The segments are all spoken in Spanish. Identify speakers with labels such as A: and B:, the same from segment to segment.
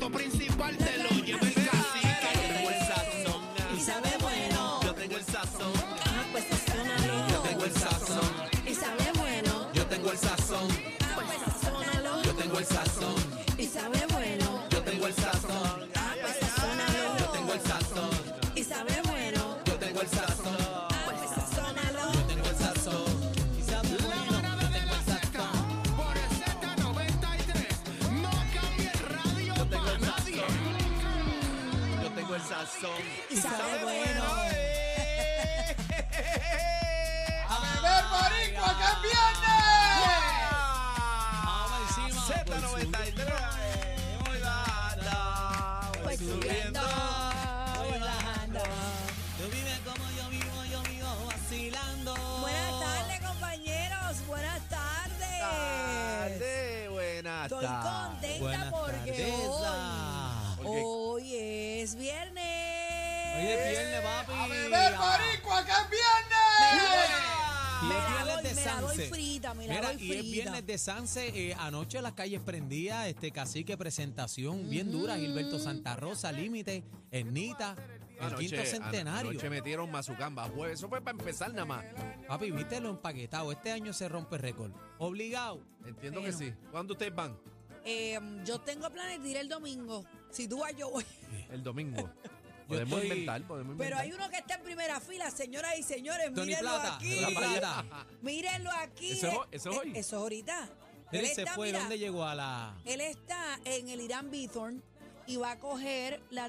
A: Lo principal te lo lleva el cacique. Yo tengo el sazón.
B: Y sabe bueno,
A: Yo tengo el sazón.
B: ah, pues
A: Yo
B: sazónalo.
A: tengo el sazón.
B: Y sabe bueno,
A: Yo tengo el sazón.
B: ah, pues sazónalo.
A: Yo tengo el sazón.
B: Y sabe bueno,
A: Yo tengo el sazón.
B: ah, pues sazónalo.
A: Yo tengo el sazón.
B: Y sabe bueno,
A: Yo tengo el sazón.
B: ah, pues sazónalo.
A: Yo tengo el sazón. La manada de la saca por Z93. No cambie el radio para nadie. Yo tengo el sazón.
B: Y sabe bueno.
A: A beber boricua que viene. Vamos encima. Z93. Hoy banda.
B: pues
A: Voy subiendo.
B: Voy bajando.
C: Yo vive como yo vivo, yo vivo vacilando.
B: Buenas tardes, compañeros. Buenas tardes.
A: Tarde, buenas
B: Estoy
A: tardes.
B: contenta
C: Buenas
B: porque
C: tardes.
B: hoy,
A: Porque-
B: hoy es viernes.
C: Hoy es viernes, papi.
A: ¡A beber boricua que es viernes!
C: Y
B: ¡Eh! Me
C: es
B: la
C: viernes
B: doy-
C: de
B: me la doy
C: Sanse.
B: frita, me la
C: Mira,
B: doy
C: y es
B: frita.
C: viernes de Sanse. eh, anoche las calles prendidas, este cacique, presentación bien dura. Gilberto Santa Rosa, Límite, Ernita, el quinto centenario.
D: Anoche metieron mazucamba jueves. Eso fue para empezar nada más.
C: Papi, viste lo empaquetado. Este año se rompe récord. Obligado.
D: Entiendo
B: Bueno.
D: que sí. ¿Cuándo ustedes van?
B: Eh, yo tengo planes de ir el domingo. Si tú vas, yo voy.
D: El domingo. podemos
C: estoy-
D: inventar, podemos
B: Pero
D: inventar.
B: hay uno que está en primera fila, señoras y señores.
C: Tony
B: mírenlo
C: Plata,
B: aquí.
C: Tony Plata.
B: Mírenlo aquí.
D: ¿Eso es ho-
B: Eh,
D: eso es hoy?
B: eh, Eso es ahorita.
C: Él se fue.
B: mira,
C: ¿Dónde llegó? A la.
B: él está en el Irán Bithorn y va a coger la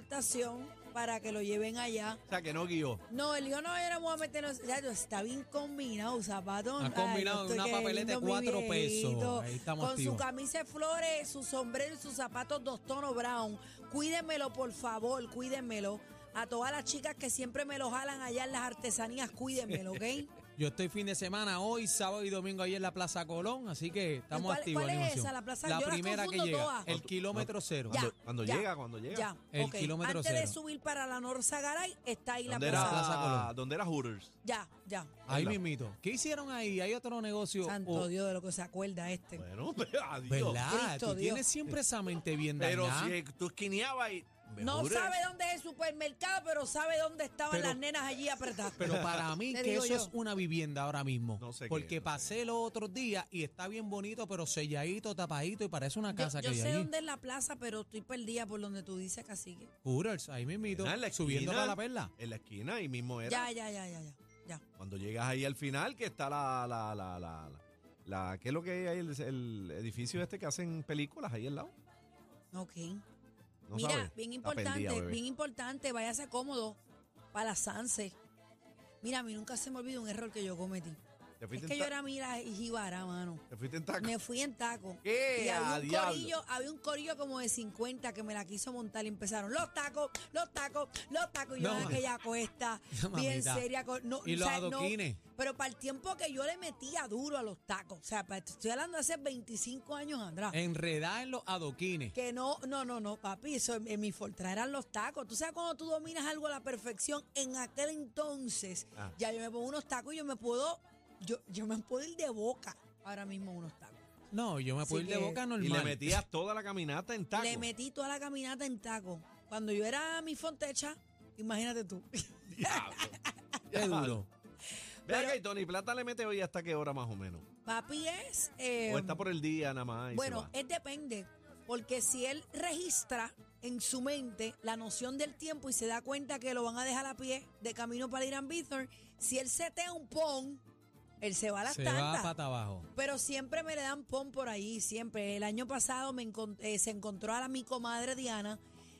B: transportación para que lo lleven allá.
C: O sea, que no guió.
B: No, él dijo, no, yo no me voy a meter. en- Ya, yo, está bien combinado, zapatos.
C: Ha
B: ay,
C: combinado
B: estoy
C: una
B: que
C: papeleta de
B: lindo,
C: cuatro
B: mi
C: pesos.
B: viejito.
C: Ahí estamos
B: Con su
C: activos.
B: camisa de flores, su sombrero y sus zapatos dos tonos brown. Cuídenmelo, por favor, cuídenmelo. A todas las chicas que siempre me lo jalan allá en las artesanías, cuídenmelo, ¿ok? ¿Y
C: Yo estoy fin de semana, hoy, sábado y domingo, ahí en la Plaza Colón, así que estamos
B: cuál-
C: activos.
B: cuál es
C: animación.
B: esa? La plaza- yo las
C: primera que
B: confundo
C: llega,
B: todas.
C: el kilómetro
D: Ah.
C: cero.
B: Ya,
D: Cuando, cuando
B: ya,
D: llega, cuando llega.
B: Ya,
C: El
B: ok.
C: kilómetro
B: Antes de
C: cero.
B: subir para la Norza Garay, está ahí la
D: ¿Dónde,
B: plaza.
D: era,
C: Plaza Colón.
D: ¿Dónde era Hooters?
B: Ya, ya.
C: Ahí
D: Hola.
C: mismito. ¿Qué hicieron ahí? Hay otro negocio.
B: Santo
C: o-
B: Dios de lo que se acuerda este.
D: Bueno, pero adiós.
C: ¿Verdad?
B: Cristo
C: Tú
B: Dios.
C: tienes siempre esa mente bien
D: Pero
C: dañada.
D: si tú esquineabas y.
B: No
D: Hooters.
B: sabe dónde es el supermercado, pero sabe dónde estaban
C: Pero-
B: las nenas allí apretadas.
C: Pero para mí
B: Te
C: que
B: digo
C: eso
B: yo.
C: es una vivienda ahora mismo.
D: No sé qué,
C: porque
D: no sé.
C: pasé los otros días y está bien bonito, pero selladito, tapadito y parece una
B: Yo,
C: casa
B: yo
C: que
B: sé
C: hay allí.
B: dónde es la plaza, pero estoy perdida por donde tú dices, cacique.
C: Hooters, ahí mismito,
D: Nena, en la
C: subiendo
D: esquina.
C: para la perla.
D: En la esquina, ahí mismo era.
B: Ya, ya, ya, ya, ya. ya.
D: Cuando llegas ahí al final, que está la. la, la, la, la- la- ¿Qué es lo que hay ahí? El, el edificio este que hacen películas ahí al lado.
B: Ok.
D: No
B: Mira,
D: sabes.
B: bien
D: Está perdida,
B: importante,
D: bebé.
B: bien importante, váyase cómodo para la Sanse. Mira, a mí nunca se me olvidó un error que yo cometí.
D: Te
B: Es
D: fuiste
B: que
D: en
B: yo
D: ta-
B: era mira y jibara, mano.
D: Te fuiste en taco.
B: Me fui en taco.
D: ¿Qué?
B: Y
D: A
C: Ah,
B: había un,
D: diablo.
B: corillo, había un corillo como de 50 que me la quiso montar y empezaron los tacos, los tacos, los tacos. Y yo
C: No,
B: en
C: mami.
B: aquella cuesta,
C: No,
B: bien
C: mamita.
B: seria. con- no,
C: Y
B: o
C: los
B: sea, no,
C: adoquines.
B: pero para el tiempo que yo le metía duro a los tacos, o sea, pa- estoy hablando de hace 25 años atrás.
C: Eh. Enredada en los adoquines.
B: Que no, no, no, no, papi, eso en, en mi fortra eran los tacos. Tú sabes cuando tú dominas algo a la perfección, en aquel entonces,
D: Ah.
B: ya yo me pongo unos tacos y yo me puedo, yo, yo me puedo ir de boca ahora mismo a unos tacos.
C: No, yo me
B: Así
C: puedo ir de
B: que-
C: boca normal.
D: Y le metías toda la caminata en taco.
B: Le metí toda la caminata en taco. Cuando yo era mi fontecha, imagínate tú.
D: Diablo.
C: Qué duro.
D: Ve acá,
B: Pero-
D: y Tony Plata le mete hoy hasta qué hora más o menos.
B: Papi es. eh,
D: o está por el día nada más. y se
B: bueno,
D: va.
B: es depende. Porque si él registra en su mente la noción del tiempo y se da cuenta que lo van a dejar a pie de camino para ir a Bithorn, si él setea un pon, él se va a las
C: Se
B: tantas.
C: va pata abajo.
B: Pero siempre me le dan pon por ahí, siempre. El año pasado me encon- eh, se encontró a la- mi comadre Diana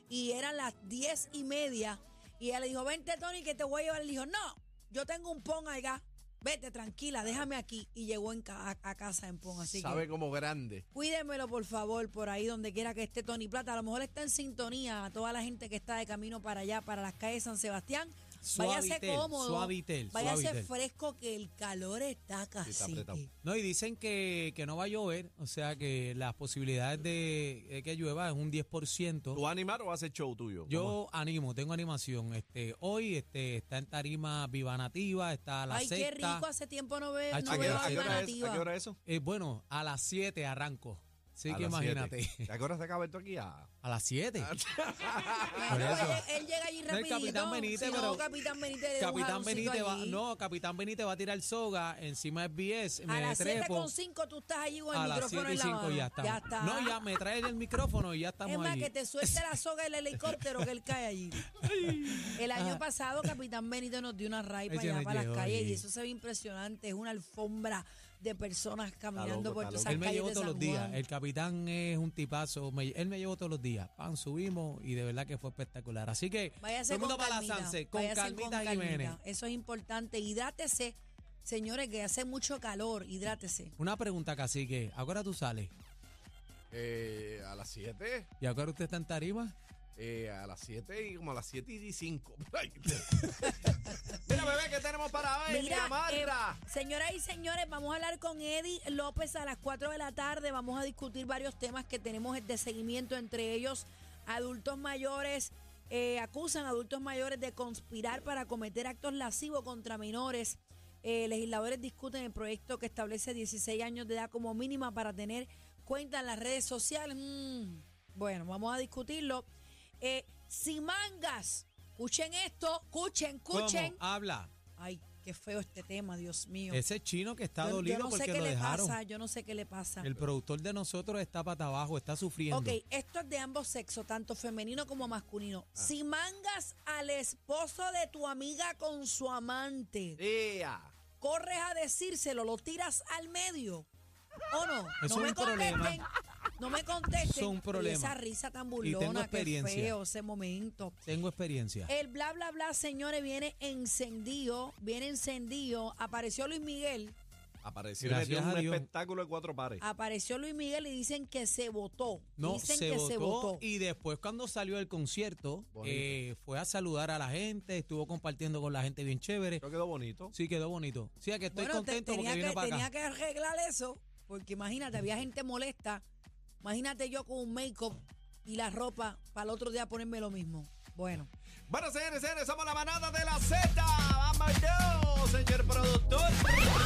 B: y eran las diez y media y ella le dijo, vente Tony que te voy a llevar. Le dijo, no, yo tengo un pon allá. Vete, tranquila, déjame aquí. Y llegó en ca- a, a casa en Pon. Así
A: Sabe
B: que
A: como grande.
B: cuídemelo, por favor, por ahí donde quiera que esté Tony Plata. A lo mejor está en sintonía a toda la gente que está de camino para allá, para las calles de San Sebastián. Váyase
C: Suavitel,
B: cómodo.
C: suavitel,
B: váyase
C: suavitel.
B: fresco que el calor está casi.
D: apretado.
C: No, y dicen que, que no va a llover, o sea que las posibilidades de, de que llueva es un 10%.
D: ¿Tú vas a animar o vas a hacer show tuyo?
C: Yo animo, tengo animación. Este, hoy este, está en tarima Viva Nativa, está la
B: Ay, qué
C: secta.
B: rico, hace tiempo no veo,
C: Ay,
B: no
D: ¿A qué,
B: veo
D: a qué
B: a
D: hora es,
B: Nativa.
D: ¿A qué hora es eso?
C: Eh, bueno, a las 7 arranco. Así
D: A
C: que
D: las
C: imagínate.
D: siete. ¿A qué hora se acaba esto aquí? A-
C: A las 7.
B: Bueno,
C: Por eso.
B: él- Él llega allí
C: No, el
B: rapidito.
C: Capitán Benítez,
B: si no,
C: pero-
B: Capitán Benítez le da un
C: Capitán
B: jaloncito
C: Benítez va,
B: allí.
C: no, Capitán Benítez va a tirar soga encima de BS,
B: A
C: me
B: las
C: trepo.
B: 7.5 tú estás allí con el
C: a las
B: micrófono
C: 7
B: en
C: y
B: la
C: 5
B: mano.
C: ya estamos.
B: Ya está.
C: No, ya me traen el micrófono y ya estamos
B: es más,
C: allí.
B: que te suelte la soga el helicóptero que él cae allí. El año pasado, Capitán Benito nos dio una raid para
C: Ah. Ese
B: allá,
C: me
B: para las
C: llegó
B: calles,
C: ahí.
B: y eso se ve impresionante. Es una alfombra de personas caminando
D: loco,
B: por
D: está
B: todas
D: loco.
B: esas
C: Él me
B: calles
C: llevó
B: de
C: todos
B: San
C: los días.
B: Juan.
C: El capitán es un tipazo. me- él me llevó todos los días. Pan, subimos y de verdad que fue espectacular. Así que todo
B: Váyase
C: el mundo
B: con
C: para la
B: calmita,
C: Sanse, con
B: váyase
C: Carmita Jiménez.
B: calmita. Eso es importante. Hidrátese, señores, que hace mucho calor. Hidrátese.
C: Una pregunta, cacique. ¿Ahora tú sales?
A: Eh, a las 7.
C: ¿Y ahora usted está en tarima?
A: Eh, a las 7 y como a las 7 y 5. Mira, bebé, ¿qué tenemos para hoy? Mira, Marta.
B: eh, señoras y señores, vamos a hablar con Eddie López a las 4 de la tarde. Vamos a discutir varios temas que tenemos de seguimiento, entre ellos adultos mayores. eh, acusan a adultos mayores de conspirar para cometer actos lascivos contra menores. Eh, legisladores discuten el proyecto que establece 16 años de edad como mínima para tener cuenta en las redes sociales. Mm, bueno, vamos a discutirlo. Eh, Simangas, escuchen esto, escuchen, escuchen.
C: ¿Cómo? Habla.
B: Ay, qué feo este tema, Dios mío.
C: Ese chino que está
B: Yo- yo
C: dolido
B: no sé
C: porque
B: qué
C: lo
B: le
C: dejaron.
B: Pasa, yo no sé qué le pasa.
C: El productor de nosotros está para abajo, está sufriendo.
B: ok, esto es de ambos sexos, tanto femenino como masculino.
C: Ah.
B: Si mangas al esposo de tu amiga con su amante,
A: Ea.
B: corres a decírselo, lo tiras al medio. ¿O no?
C: Eso
B: no
C: es
B: me
C: un problema.
B: contesten, No me contesten.
C: Eso es un problema.
B: Esa risa tan
C: Y tengo
B: burlona, qué
C: experiencia.
B: feo ese momento.
C: Tengo experiencia.
B: El bla bla bla, señores, viene encendido, viene encendido. Apareció Luis Miguel.
D: Apareció y
C: Gracias
D: metió
C: a
D: un
C: Dios.
D: espectáculo de cuatro pares.
B: Ah. apareció Luis Miguel y dicen que se votó.
C: No,
B: dicen
C: se
B: que
C: votó,
B: se votó.
C: y después cuando salió del concierto
A: Bonito.
C: eh, fue a saludar a la gente, estuvo compartiendo con la gente bien chévere.
D: Eso quedó bonito.
C: Sí, quedó bonito. Sí, que estoy
B: Bueno, te-
C: contento
B: tenía,
C: porque vino
B: que,
C: para
B: tenía
C: acá.
B: que arreglar eso, porque imagínate, había gente molesta. Imagínate yo con un make-up y la ropa para el otro día ponerme lo mismo. Bueno,
D: Bueno, señores, señores, somos la manada de la Z. Vamos yo, señor productor.